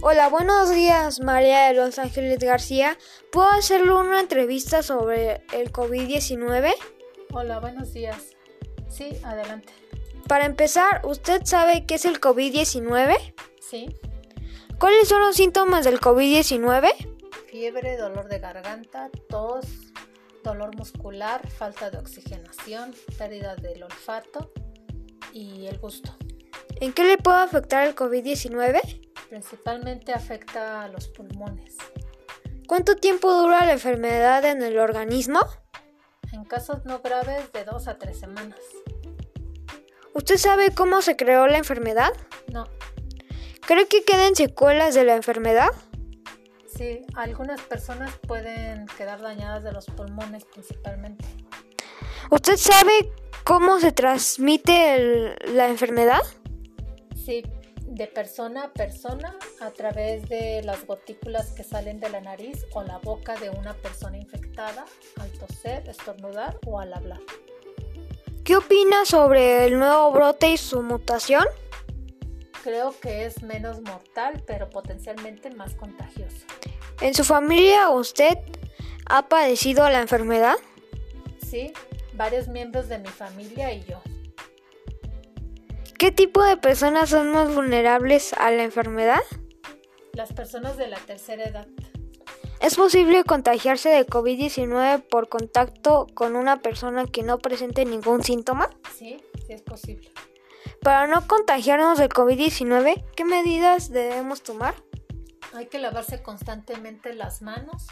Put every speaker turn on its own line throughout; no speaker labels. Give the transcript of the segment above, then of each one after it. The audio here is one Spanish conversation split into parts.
Hola, buenos días, María de Los Ángeles García. ¿Puedo hacerle una entrevista sobre el COVID-19?
Hola, buenos días. Sí, adelante.
Para empezar, ¿usted sabe qué es el COVID-19?
Sí.
¿Cuáles son los síntomas del COVID-19?
Fiebre, dolor de garganta, tos, dolor muscular, falta de oxigenación, pérdida del olfato y el gusto.
¿En qué le puede afectar el COVID-19?
Principalmente afecta a los pulmones.
¿Cuánto tiempo dura la enfermedad en el organismo?
En casos no graves, de 2 a 3 semanas.
¿Usted sabe cómo se creó la enfermedad?
No,
¿Cree que queden secuelas de la enfermedad?
sí, algunas personas pueden quedar dañadas de los pulmones principalmente.
¿Usted sabe cómo se transmite el- la enfermedad?
Sí, de persona a persona a través de las gotículas que salen de la nariz o la boca de una persona infectada al toser, estornudar o al hablar.
¿Qué opina sobre el nuevo brote y su mutación?
Creo que es menos mortal, pero potencialmente más contagioso.
¿En su familia usted ha padecido la enfermedad?
Sí, varios miembros de mi familia y yo.
¿Qué tipo de personas son más vulnerables a la enfermedad?
Las personas de la tercera edad.
¿Es posible contagiarse de COVID-19 por contacto con una persona que no presente ningún síntoma?
Sí, sí es posible.
Para no contagiarnos del COVID-19, ¿qué medidas debemos tomar?
Hay que lavarse constantemente las manos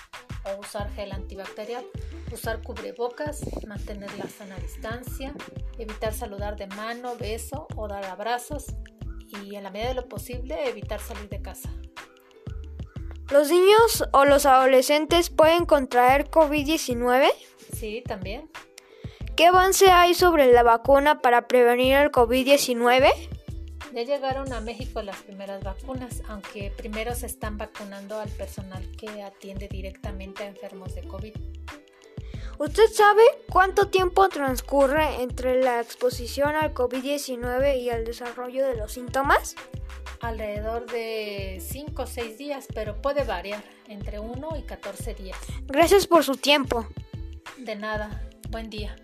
o usar gel antibacterial, usar cubrebocas, mantener la sana distancia, evitar saludar de mano, beso o dar abrazos y en la medida de lo posible evitar salir de casa.
¿Los niños o los adolescentes pueden contraer COVID-19?
Sí, también.
¿Qué avance hay sobre la vacuna para prevenir el COVID-19?
Ya llegaron a México las primeras vacunas, aunque primero se están vacunando al personal que atiende directamente a enfermos de COVID.
¿Usted sabe cuánto tiempo transcurre entre la exposición al COVID-19 y el desarrollo de los síntomas?
Alrededor de 5 o 6 días, pero puede variar entre 1 y 14 días.
Gracias por su tiempo.
De nada. Buen día.